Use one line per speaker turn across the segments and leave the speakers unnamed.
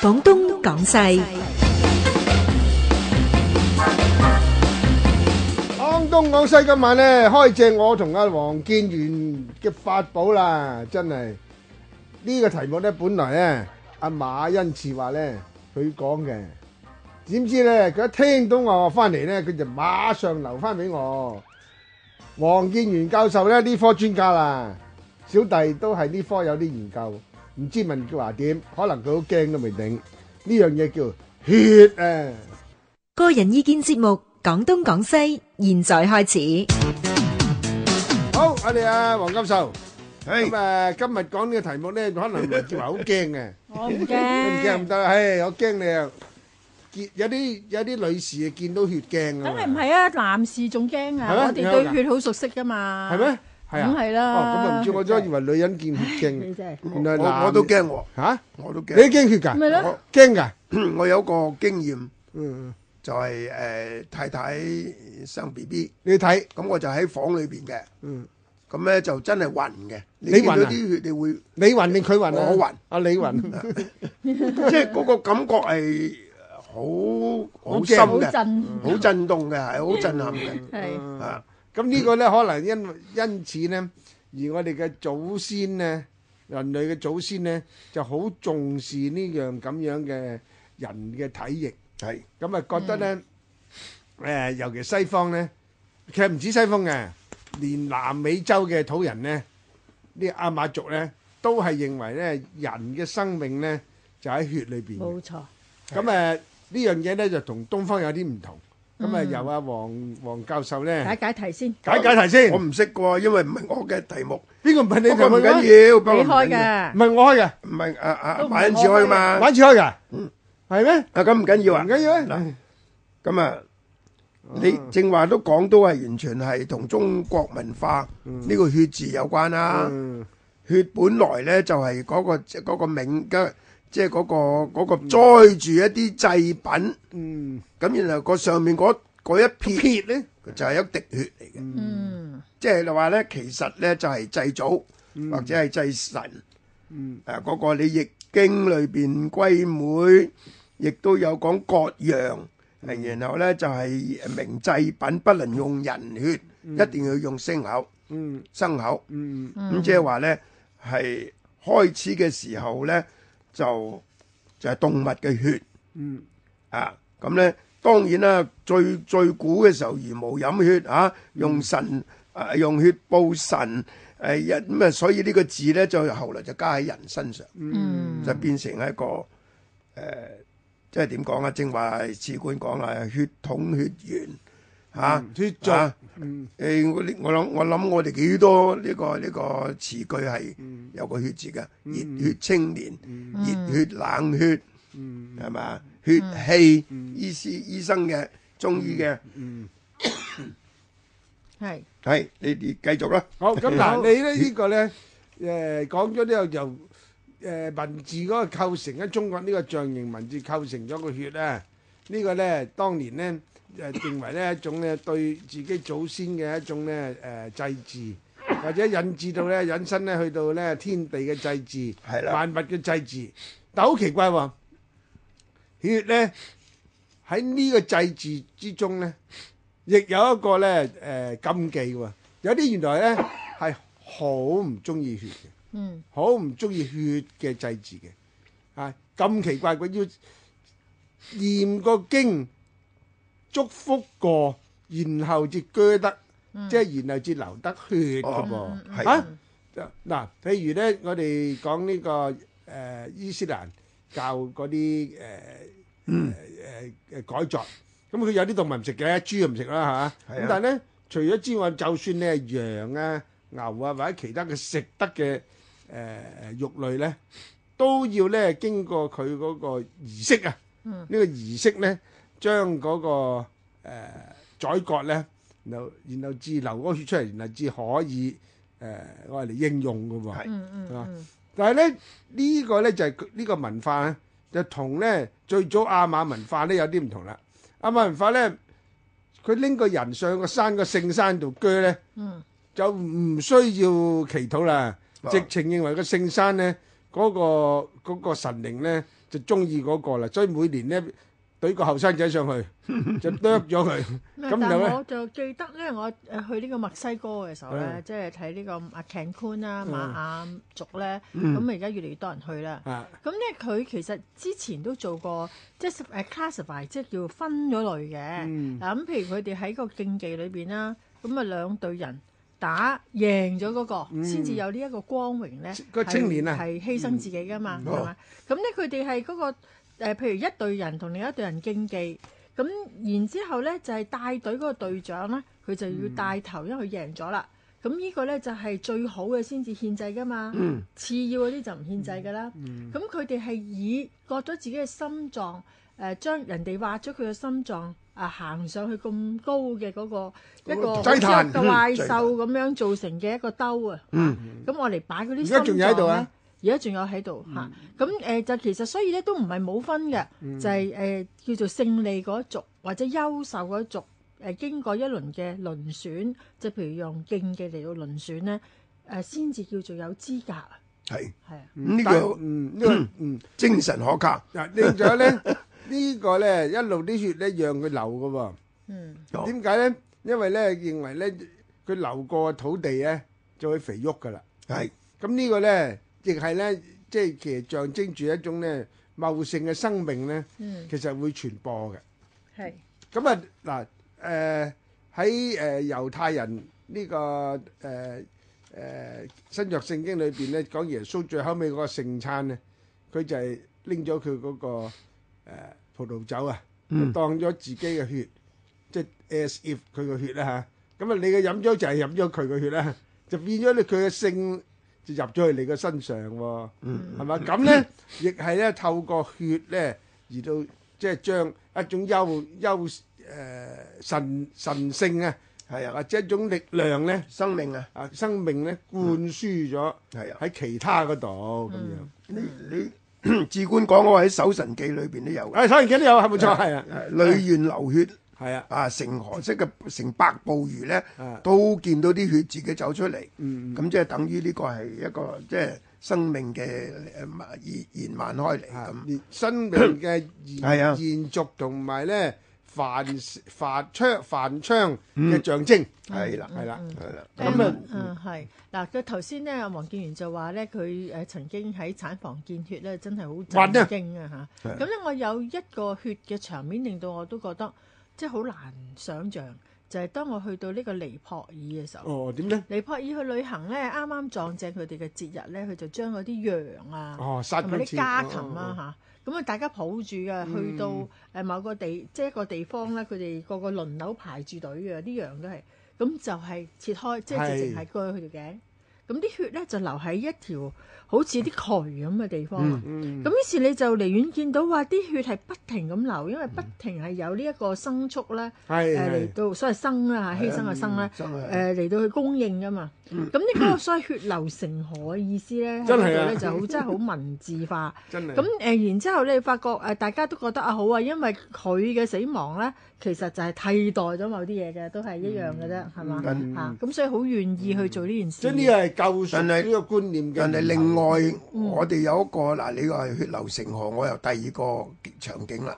廣東廣西
廣東廣西今晚咧開正我同阿黃建源嘅法寶啦，真係呢、個題目咧，本來咧阿馬恩賜話咧佢講嘅，點知咧佢一聽到我翻嚟咧，佢就馬上留翻俾我。黃建源教授咧呢科專家啦，小弟都係呢科有啲研究，唔知文潔華點，可能佢好驚都未定。呢樣嘢叫血啊！
個人意見節目《廣東廣西》，現在開始。
好，我哋啊黃教授。
唉
咁啊，今日講呢個題目咧，可能文志華好驚嘅，
我唔
你唔驚唔
驚，
得啦，唉，我驚你啊，見有啲有啲女士啊見到血驚啊，
梗係唔？係啊？男士仲驚
係咩
啊！我哋對血好熟悉噶嘛，
係？咩？係啊，
梗係啦
哦，咁啊唔知，我都以為女人見血
你
驚，
真係
原來
我
男
我都驚我，
嚇，
我都
你
驚。
驚血㗎？
咪咯
我驚㗎，
我有個經驗
嗯，
就係、呃太太生 B B，
你睇，
咁我就喺房裏邊嘅，
嗯，
咁咧就真係暈嘅。你
你
見到
暈啊
啲血，你會
你暈定佢暈啊？
我暈，
啊你暈，
即係嗰個感覺係好好
好
深
驚
好
嘅，
震，
好震動嘅，係好震撼
嗯
嘅。
係
啊，
咁呢個咧可能因因此咧，而我哋嘅祖先咧，人類嘅祖先咧就好重視呢樣咁樣嘅人嘅體液。
係
咁啊覺得咧，誒、尤其西方咧，其實唔止西方嘅，連南美洲嘅土人咧，啲亞馬族咧，都係認為咧人嘅生命咧就喺血裏邊嘅。
冇錯，
咁誒呢樣嘢咧就同東方有啲唔同。咁啊由阿黃黃教授咧
解解題先。
解解題先
我。唔識嘅喎，因為唔係我嘅題目，
邊個唔係你
不過
同
唔
佢嘅？
緊要，不過
你
唔
開
緊要，
嘅
唔，係我開嘅，
唔係啊啊
都唔係
馬恩志開嘛，
玩次開㗎，係咩？
啊咁唔緊要啊，
唔緊要啊，
咁啊，你正話都講都係完全係同中國文化呢個血字有關啦。
嗯
血本來咧就係嗰個即係嗰個銘嘅，即係嗰個嗰個載住一啲祭品，
嗯，
咁然後個上面嗰嗰一撇
撇咧，
就係一滴血嚟嘅。
嗯，
即係話咧，其實咧就係祭祖或者係祭神。
嗯
啊，嗰個你易經裏邊龜妹亦都有講割讓，然後咧就係明祭品不能用人血，一定要用牲口
嗯
牲口。
嗯
咁即係話咧係開始嘅時候咧就就係動物嘅血
嗯
啊。咁咧當然啦，最最古嘅時候茹毛飲血啊，用神啊用血報神誒人咁啊，所以呢個字咧就後來就加喺人身上。
嗯，
就變成一個誒、呃即係點講啊？正話試管講啦，血統血緣嚇、啊
嗯血族
啊
嗯
誒我我諗我諗我哋幾多呢、個呢、個詞句係
嗯
有個血字嘅，熱血青年、熱血冷血
嗯
係嘛？血氣、醫師醫生嘅中醫嘅
嗯。
係
係你你繼續啦，
好，咁嗱，你咧呢個咧，誒講咗呢個由誒文字嗰個構成咧，中國呢個象形文字構成咗個血咧，呢個咧當年咧誒認為咧一種咧對自己祖先嘅一種咧誒祭祀，或者引致到咧引申咧去到咧天地嘅祭祀，
係啦
萬物嘅祭祀，但好奇怪喎，血咧喺呢個祭祀之中咧。亦有一個咧誒、禁忌喎，有啲原來咧係好唔中意血嘅，
嗯，
好唔中意血嘅祭祀嘅，啊咁奇怪佢要念個經祝福過，然後至鋸得，即係然後至流得血嘅噃。
哦係
啊嗱，譬如咧，我哋講呢個誒伊斯蘭教嗰啲誒誒誒改作，咁佢有啲動物唔食嘅，豬就唔食啦嚇。
係啊
咁但係咧，除咗之外，就算你係羊啊、牛啊或者其他嘅食得嘅誒肉類咧，都要咧經過佢嗰個儀式啊。呢個儀式咧，將嗰個誒宰割咧，然後然後至流嗰個血出嚟，然後至可以。誒，我係嚟應用嘅喎。
係
嗯嗯嗯，
但係咧，呢個咧就係佢呢個文化咧，就同咧最早亞馬文化咧有啲唔同啦。亞馬文化咧，佢拎個人上個山個聖山度居咧，
嗯
就唔需要祈禱啦，
啊
直情認為個聖山咧嗰、個嗰個神靈咧就中意嗰個啦，所以每年咧懟個後生仔 上去就啄咗佢，
咩
咁
但
有
係
咧
我就記得咧，我誒去呢個墨西哥嘅時候咧
嗯，
即係睇呢個阿 Cancun 啦、馬雅族咧，
嗯
咁而家越嚟越多人去啦。
啊
咁咧佢其實之前都做過，即係誒 classify，即係叫分咗類嘅。嗱咁、
嗯
譬如佢哋喺個競技裏邊啦，咁啊兩隊人打贏咗嗰、個，先至、有呢一個光榮咧。
嗯個青年啊
係係犧牲自己噶嘛，
嗯
係嘛？咁咧佢哋係嗰個、呃、譬如一隊人同另一隊人競技，咁然之後咧就係、帶隊嗰個隊長咧，佢就
嗯
要帶頭，因為佢贏咗啦。咁呢個咧就係、最好嘅先至獻祭噶嘛。
嗯
次要嗰啲就唔獻祭㗎啦。
嗯
咁佢哋係以割咗自己嘅心臟，誒、將人哋挖咗佢嘅心臟，啊行上去咁高嘅嗰、個一個好
祭
似
壇
一個
嗯
怪
祭壇
獸咁樣造成嘅一個兜啊。
嗯，
咁我嚟擺嗰啲
而家仲有喺度啊嗯
心臟咧！而家仲有喺度嚇，咁誒、就其實所以咧都唔係冇分嘅，
嗯
就係、誒、叫做勝利嗰一族或者優秀嗰一族誒、經過一輪嘅輪選，即係譬如用競技嚟到輪選咧，誒先至叫做有資格啊，
係
係啊，
咁呢
但
個
嗯呢個嗯
精神可嘉。
嗱，另咗咧呢個咧一路啲血咧讓佢流嘅喎。
嗯，
哦
點解咧？因為咧認為咧佢流過土地咧就會肥沃㗎啦。
係
咁呢個咧亦係咧即係其實象徵住一種咧茂盛嘅生命咧，
嗯
其實會傳播嘅。
係
咁啊嗱誒喺誒猶太人呢、個誒誒、新約聖經裏邊咧講耶穌最後尾嗰個聖餐咧，佢就係拎咗佢嗰個、呃葡萄酒啊，
嗯
當咗自己嘅血，即係 as if 佢個血啦嚇。咁啊，你嘅飲咗就係飲咗佢嘅血啦，就變咗你佢嘅性就入咗去你嘅身上喎，
嗯
係嘛？咁咧亦係咧透過血咧而到即係將一種優優誒、神神性啊，
係啊，
或者一種力量咧
生命啊，
啊生命咧灌輸咗
係啊。
喺其他嗰度咁樣。
你 你至官講嗰個喺《守神記》裏邊都有嘅，
啊，睇完見都有係冇錯，係啊，
誒女怨流血
係啊，
啊，成河式嘅成百步魚咧
啊，
都見到啲血自己走出嚟，
嗯
咁即係等於呢個係一個即係生命嘅誒延延漫開嚟
啊
咁。
連生命 嘅延
係啊
延續同埋咧繁繁昌繁昌嘅象徵，
係啦，
係啦，
係啦，
咁啊
嗯係嗱，佢頭先咧，阿黃建源就話咧，佢誒曾經喺產房見血咧，真係好
暈啊
震驚啊嚇！咁咧，我有一個血嘅場面，令到我都覺得即係好難想像，就係、當我去到呢個尼泊爾嘅時候，
哦點咧？
尼泊爾去旅行咧，啱啱撞正佢哋嘅節日咧，佢就將嗰啲羊啊。
哦，嗯殺
同埋
菌
啲
錢
家禽啊嚇，咁啊大家抱住嘅，去到誒某個地，即係一個地方咧，佢哋個個輪流排住隊嘅，啲羊都係，咁就係切開，即係直情係鋸佢條頸，咁啲血咧就流喺一條好似啲渠咁嘅地方啊。
嗯
咁於是你就離遠見到話啲血係不停咁流，因為不停係有呢一個牲畜咧誒
嗯係
嚟
係
到，所謂牲啦嚇，犧牲嘅牲咧。
生啊
誒呃嚟到去供應噶嘛，咁
嗯
你嗰個所謂血流成河嘅意思 咧，喺
真係啊
呢度咧就好真係好文字 化。
真係
咁誒、然之後咧，你發覺誒、大家都覺得啊好啊，因為佢嘅死亡咧，其實就係替代咗某啲嘢嘅，都係一樣嘅啫，係嘛
嗯
嚇？咁所以好願意去做呢件事。
即係呢個係救贖
但係
呢個觀念嘅。
但係另外，我哋有一個嗱，你話血流成河，我有第二個場景啦，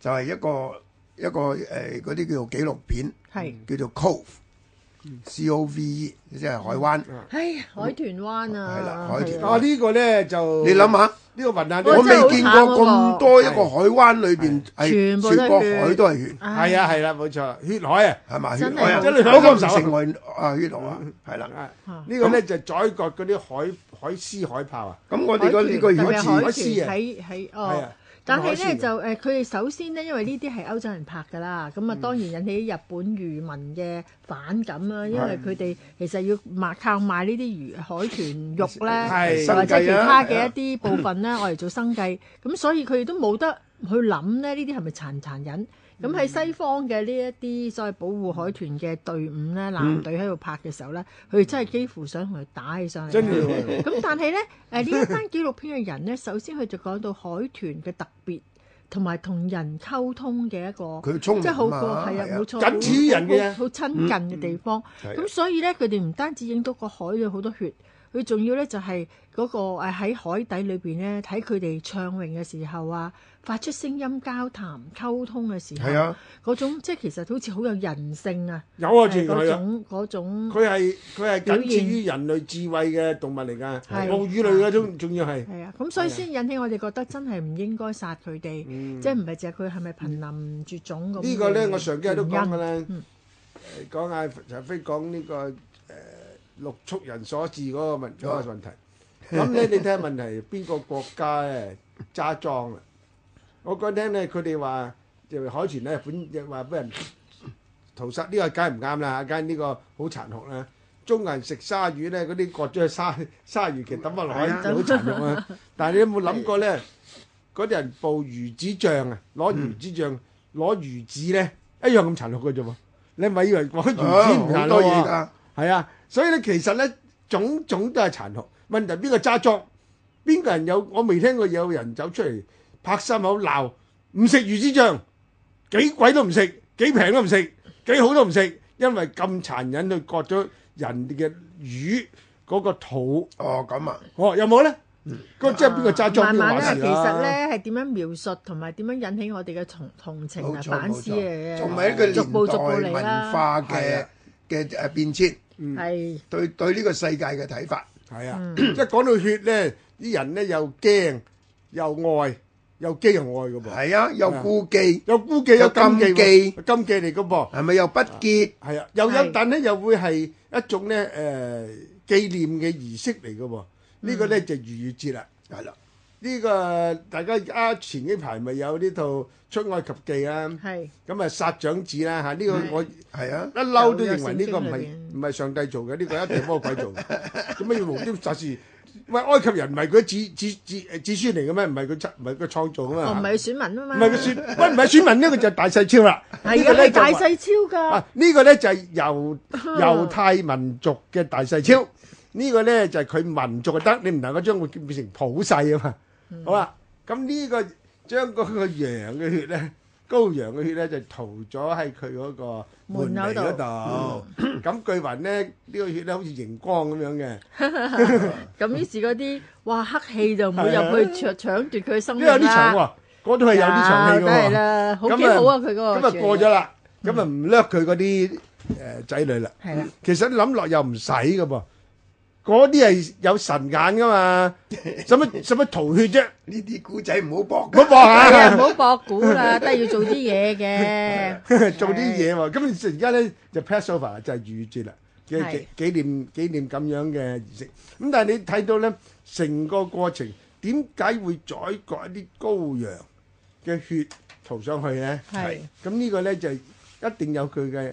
就係、一個一個誒嗰啲叫做紀錄片，
係
叫做 Cove，C O V E，即係海灣。
唉，海豚灣啊，
係啦海豚
係啊
啊呢個咧就
你諗下，
呢個雲南
哇
我
呢
真係好
未見過咁多一個海灣裏邊
全
係
部都係
全個
血
海都係血，
唉
係啊係啦冇錯，血海啊
係咪？血
真係
海啊，
好真
係
嗰個唔
手啊
成為啊血流啊，係啦。
啊
啊
呢個咧就宰割嗰啲海海獅海豹啊，
咁我哋個呢個
特別
血
係海
字
獅
豚
啊
喺喺
係
哦
啊。
但係
海
咧
豚
就誒，佢哋首先咧，因為呢啲係歐洲人拍㗎啦，咁啊
嗯
當然引起日本漁民嘅反感啦，因為佢哋其實要賣靠賣呢啲魚海豚肉咧，
係
或者
生
其
計啊
他嘅一啲部分咧，我嚟做生計，咁所以佢哋都冇得去諗咧，呢啲係咪殘唔殘忍？咁
嗯
喺西方嘅呢一啲所謂保護海豚嘅隊伍
嗯
咧，艦隊喺度拍嘅時候咧，佢哋真係幾乎想同佢打起上嚟。
真係 喎
咁但係咧，誒呢一單紀錄片嘅人咧，首先佢就講到海豚嘅特別，同埋同人溝通嘅一個，
佢聰明
即係好過
嘛
係啊
係啊
冇錯，
僅止於人嘅
好好好親近嘅地方。
嗯嗯係啊
咁所以咧，佢哋唔單止影到個海有好多血，佢仲要咧就係嗰個誒喺海底裏邊咧睇佢哋暢泳嘅時候啊，發出聲音交談溝通嘅時
係
候
啊，
嗰種即係其實好似好有人性啊，
有啊，
係
全
嗰
係啊。
種嗰種
佢係佢係
表
僅次
現
於人類智慧嘅動物嚟㗎，
係
哺乳類嘅仲仲要係。
係啊，咁所以先引起我哋覺得真係唔應該殺佢哋，即係唔係淨係佢係咪瀕臨絕種咁嘅原因？
呢個咧，我上幾日都講㗎啦
嗯。
誒講阿陳飛講呢個誒六畜人所致嗰個問嗰個問題。咁咧，你睇下問題邊個國家咧揸裝啦？我講聽咧，佢哋話就海豚咧，日本又話俾人屠殺，呢個梗係唔啱啦，梗係呢個好殘酷啦。中國人食鯊魚咧，嗰啲割咗去鯊鯊魚鰭抌翻落海，好殘酷啊！但係你有冇諗過咧？嗰啲人捕魚子醬啊，攞魚子醬攞魚子咧，一樣咁殘酷嘅啫喎。你咪以為攞魚子唔
好
殘
多
酷
嘢
啊？
㗎，
係啊，所以咧其實咧種種都係殘酷。問題邊個揸作？邊個人有？我未聽過有人走出嚟拍心口鬧，唔食魚子醬，幾貴都唔食，幾平都唔食，幾好都唔食，因為咁殘忍去割咗人哋嘅魚嗰個肚。
哦咁啊，
哦，有冇咧？嗰即係邊個揸作邊
慢
個
慢
話
咧，
事
其
啦
實咧係點樣描述同埋點樣引起我哋嘅同同情
冇
啊
錯
反
冇
思嘅
錯，，同埋一個
逐步逐步
年代
嚟
文
啦，
化
啊
嘅嘅誒變遷，
係
對對呢個世界嘅睇法，
係啊，即係講到血咧，啲人咧又驚又愛，又驚又愛嘅噃，
係啊，有顧忌，
有顧忌有
有
禁忌
禁
喎，
忌
禁忌嚟嘅噃，
係咪有不潔？
係啊，又有
係
但咧又會係一種咧誒紀念嘅儀式嚟嘅喎，呢個咧就逾越節啦。
係啦，
呢個大家啊前幾排咪有呢套《出埃及記》啊，
係
咁啊殺長子啦嚇，呢個我。
係啊，
一嬲都認為呢個唔係唔係上帝做嘅，呢個一定魔鬼 做嘅。做咩要無端殺事？喂，埃及人唔係佢子子子子孫嚟嘅咩？唔係佢出唔係佢創造
我
啊
唔
嘛？
係選民啊嘛，
唔係佢選，喂唔係選民呢個就係大細超啦。呢
係
個
啊，
咧
係
就
大
話
細超㗎，
啊， 呢個咧就係 猶猶太民族嘅大細超。呢個咧就係佢民族嘅得，你唔能夠將佢變成普世啊嘛。
嗯
好啦，咁呢個將嗰個羊嘅血咧，羔羊嘅血咧就塗咗喺佢嗰個門
門
楣
口嗯
嗰度。咁據聞咧，呢個血咧好似熒光咁樣嘅。
咁於是嗰啲哇黑氣就唔會入去搶搶奪佢嘅生
呢
命
有啲長
啦，
喎，嗰度係有啲長氣
梗係
嘅喎。
啦，好
咁
幾
啊
好啊佢嗰
咁
個
啊
處理
過咗，啦，咁啊唔掠佢嗰啲誒仔女啦。
係啦，
其實諗落又唔使噶噃，嗰啲係有神眼噶嘛，使 乜使乜逃血啫？
呢啲古仔唔
唔
好
好
博，
搏
係啊，
下，
唔好博估 啦，都係要做啲嘢嘅。
做啲嘢喎。咁而家咧就 pass over 啦就係逾節啦，嘅
係
紀念紀念咁樣嘅儀式。咁但係你睇到咧，成個過程點解會宰割一啲羔羊嘅血塗上去咧？
係
咁呢個咧就一定有佢嘅誒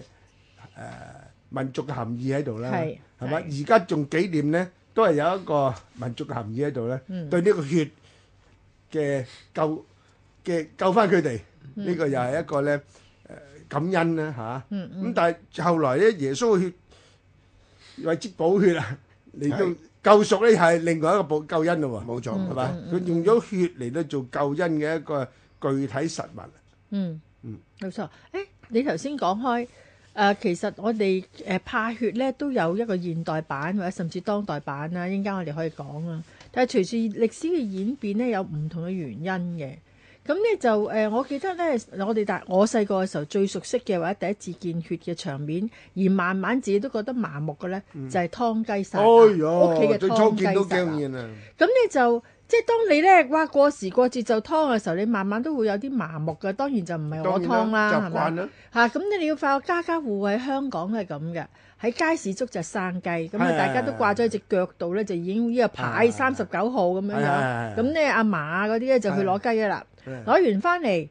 民族嘅含義喺度啦，
係
係嘛？而
係
家仲紀念咧，都係有一個民族嘅含義喺度咧，對呢個血嘅救嘅救翻佢哋，
嗯
呢個又係一個咧誒感恩啦嚇。
嗯
咁但係後來咧，耶穌嘅血為之補血啊， 嚟
係
到救贖咧係另外一個補救恩咯喎。
冇錯，
係
冇錯
嗯
嘛？佢用咗血嚟到做救恩嘅一個具體實物。啊
嗯，冇錯。誒，你頭先講開誒、其實我哋誒怕血咧都有一個現代版或者甚至當代版啦，應間我哋可以講啦。但係隨住歷史嘅演變咧，有唔同嘅原因嘅。咁咧就誒、我記得咧，我哋大我細個嘅時候最熟悉嘅或者第一次見血嘅場面，而慢慢自己都覺得麻木嘅咧，就係湯雞殺
哎
鴨屋企
呀，
嘅
最初
湯
見
雞殺
到驚
鴨
豔啊！
咁你就即係當你咧，哇過時過節就湯嘅時候，你慢慢都會有啲麻木嘅。當然就唔係我湯啦，
習
係
慣
咪？啊
啦，
嚇咁你你要發覺家家戶戶喺香港都係咁嘅，喺街市捉隻生雞，咁啊
係
大家都掛咗喺只腳度咧，就已經呢個牌
係
三十九號咁樣
係
樣
係。
咁咧阿嫲嗰啲咧就去攞雞嘅啦，
係
攞完翻嚟。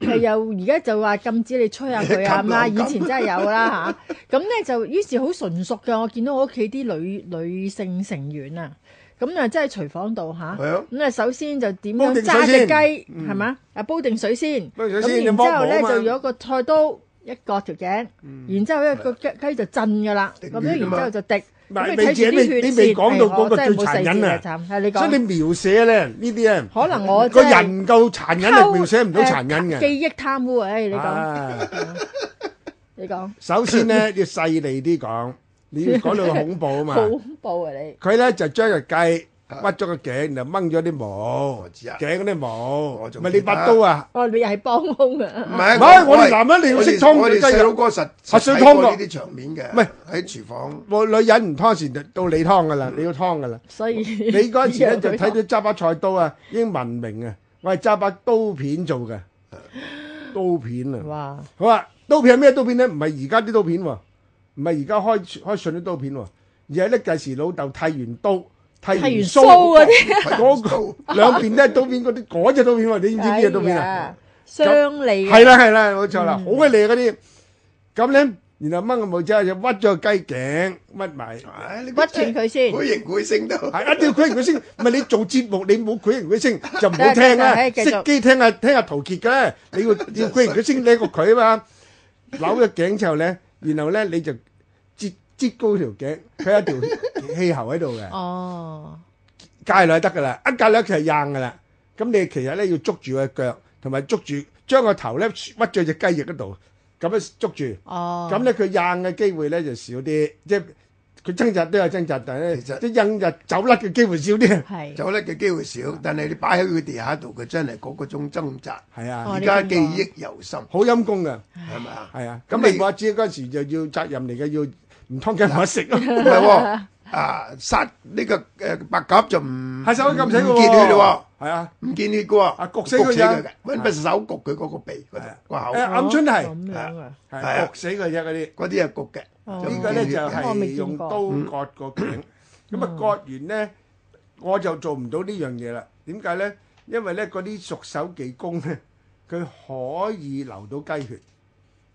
佢又而家就話禁止你吹下佢 啊
撳
咁啦，以
落
前真係有啦吓，咁咧就於是好純熟嘅，我見到我屋企啲女女性成員啊，咁啊真係廚房度吓，
係啊
咁啊首先就點
煲
樣
定
揸
水
只
先嗯
雞係嘛？啊煲定水先，
煲定水
咁
先
然
你剝冇
之後
啊
咧
嘛嗯
就有一個菜刀一割條頸，然之後咧個雞雞就震㗎啦，
滴
咁樣
血啊
然
嘛
之後就滴。
唔
咁
係
你睇
未
住啲
你
血
你未
先
講到
係我
嗰個
真係
最
冇
殘
細
忍
緻
啊
嘅慘係你
所以
講，
你描寫咧呢啲咧，
可能我
個
真係
人夠殘忍，
偷
你描寫唔到
誒
殘忍嘅。
記憶貪啊哎污，誒你講
啊
你講
首先咧要細膩啲講，你要講到佢恐怖啊嘛。
好恐怖啊！你
佢咧就將隻雞屈咗個頸，就掹咗啲毛
啊我，知啊
頸嗰啲毛
我，仲
咪你
記得
拔刀啊！
哦，你又係幫兇啊！
唔係，
唔係，
我-
我哋
我哋-
男人一定要識劏
我哋-
佢雞㗎。
我哋細佬哥實-
啊，
實睇
識劏㗎。
過呢啲場面嘅， 喺廚房。
冇女人唔劏時就到你劏噶
嗯
啦，你要劏噶啦。
所以
你
你
嗰陣時咧就睇到揸把菜刀啊，已經文明啊，我係揸把刀片做嘅，
啊
刀片啊。
哇，
好啊，刀片係咩刀片咧？唔係而家啲刀片喎、唔係而家開開信啲刀片喎、而係咧計時老豆剃完刀、剃
剃完
完啊
須
嗰
嗰
個
啲，
嗰 個兩邊都係刀片嗰啲嗰只刀片喎，你知唔知呢只刀片
哎
啊
呀？傷你啊
係啦係啦，冇錯啦，好鬼利嗰啲。咁咧，然後掹個帽仔就屈咗個雞頸，屈埋。
唉，呢個
屈斷
真係
哎
佢先。
鬼形鬼聲都。
係一定要舉形舉聲，唔係你做節目你冇舉形舉聲就唔好聽啦。
得得得繼續
熄機聽下聽下陶傑嘅咧，你要要舉形舉聲叻過佢啊嘛。扭咗頸之後咧，然後咧你就擠擠高條頸，佢有一條 氣喉喺度嘅，
哦，
戒落就得噶啦，一戒落佢就硬噶啦。咁你其實咧要捉住個腳，同埋捉住將個頭咧屈咗只雞翼嗰度，咁樣捉住。
哦，
咁咧佢硬嘅機會咧就少啲，即係佢掙扎都有掙扎，但係咧
其實
即係硬日走甩嘅機會少啲。
係
走甩嘅機會少，但係你擺喺佢地下度，佢真係嗰個種掙扎，
係啊，
哦
而家
你見過。
記憶猶深，係咪啊？
好陰功噶， 係啊。咁你
你
話知嗰陣時就要責任嚟嘅，要唔劏雞冇得 食咯。
唔係喎，啊，殺呢個，誒，白鴿就唔-
係手咁死嘅
唔見血喎，
係啊，
唔見血嘅喎，
啊，焗死佢㗎。
焗死佢嘅，搵把手焗佢嗰個鼻嗰度，個
誒
口，
鵪鶉係
咁樣啊，
係
係啊
焗死佢啫嗰啲。
嗰啲係焗嘅，
哦。
呢個咧就
就唔見血嘅。
我未
係
見
用
過
刀割個
嗯
頸，咁啊割完咧我就做唔到呢樣嘢啦。點解咧？因為咧嗰啲熟手技工咧，佢可以流到雞血，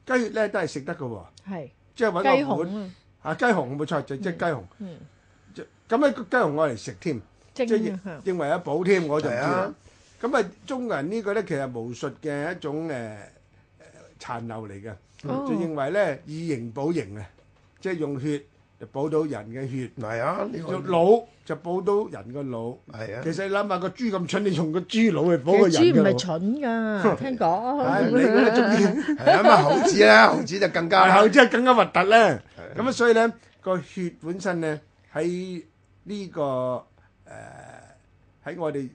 雞血咧都係食得嘅喎，
係
即係啊
雞
揾個
紅
碗
啊，
啊雞紅冇錯，就即係雞紅。
嗯，
咁咧雞紅我嚟食添。即係
精啊，
認為一寶添，我就唔知
係
啦
啊。
咁啊，中國人呢個咧其實巫術嘅一種誒、呃、殘留嚟嘅，
哦
就認為咧以形補形啊，即係用血就補到人嘅血，
係啊，呢個-
用腦就補到人個腦。
係啊。
其實你諗下個豬咁蠢，你用個豬腦去
其
補個人
實豬唔
嘅
係
腦。
蠢噶，聽講
唉唔理佢啦，總之
係啊，咁啊，猴子啦，猴子就更加啦。
但後之 係更加核突咧。咁啊，所以咧個血本身咧喺呢個誒喺我哋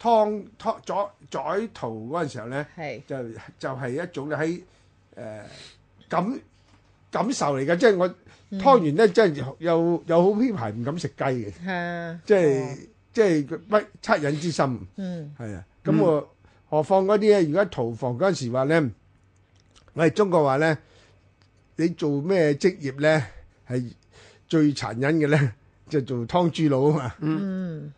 劏劏宰宰屠嗰陣時候咧，
係
就就係一種喺誒感感受嚟嘅，即係我劏完咧，即係有有好啲排唔敢食雞嘅，
嚇，
即
哦
係即係佢不惻隱之心。
嗯
係啊，咁我何況嗰啲咧？如果屠房嗰陣時話咧，我哋中國話咧，你做咩職業咧係最殘忍嘅咧？就做劏豬佬啊嘛，
嗯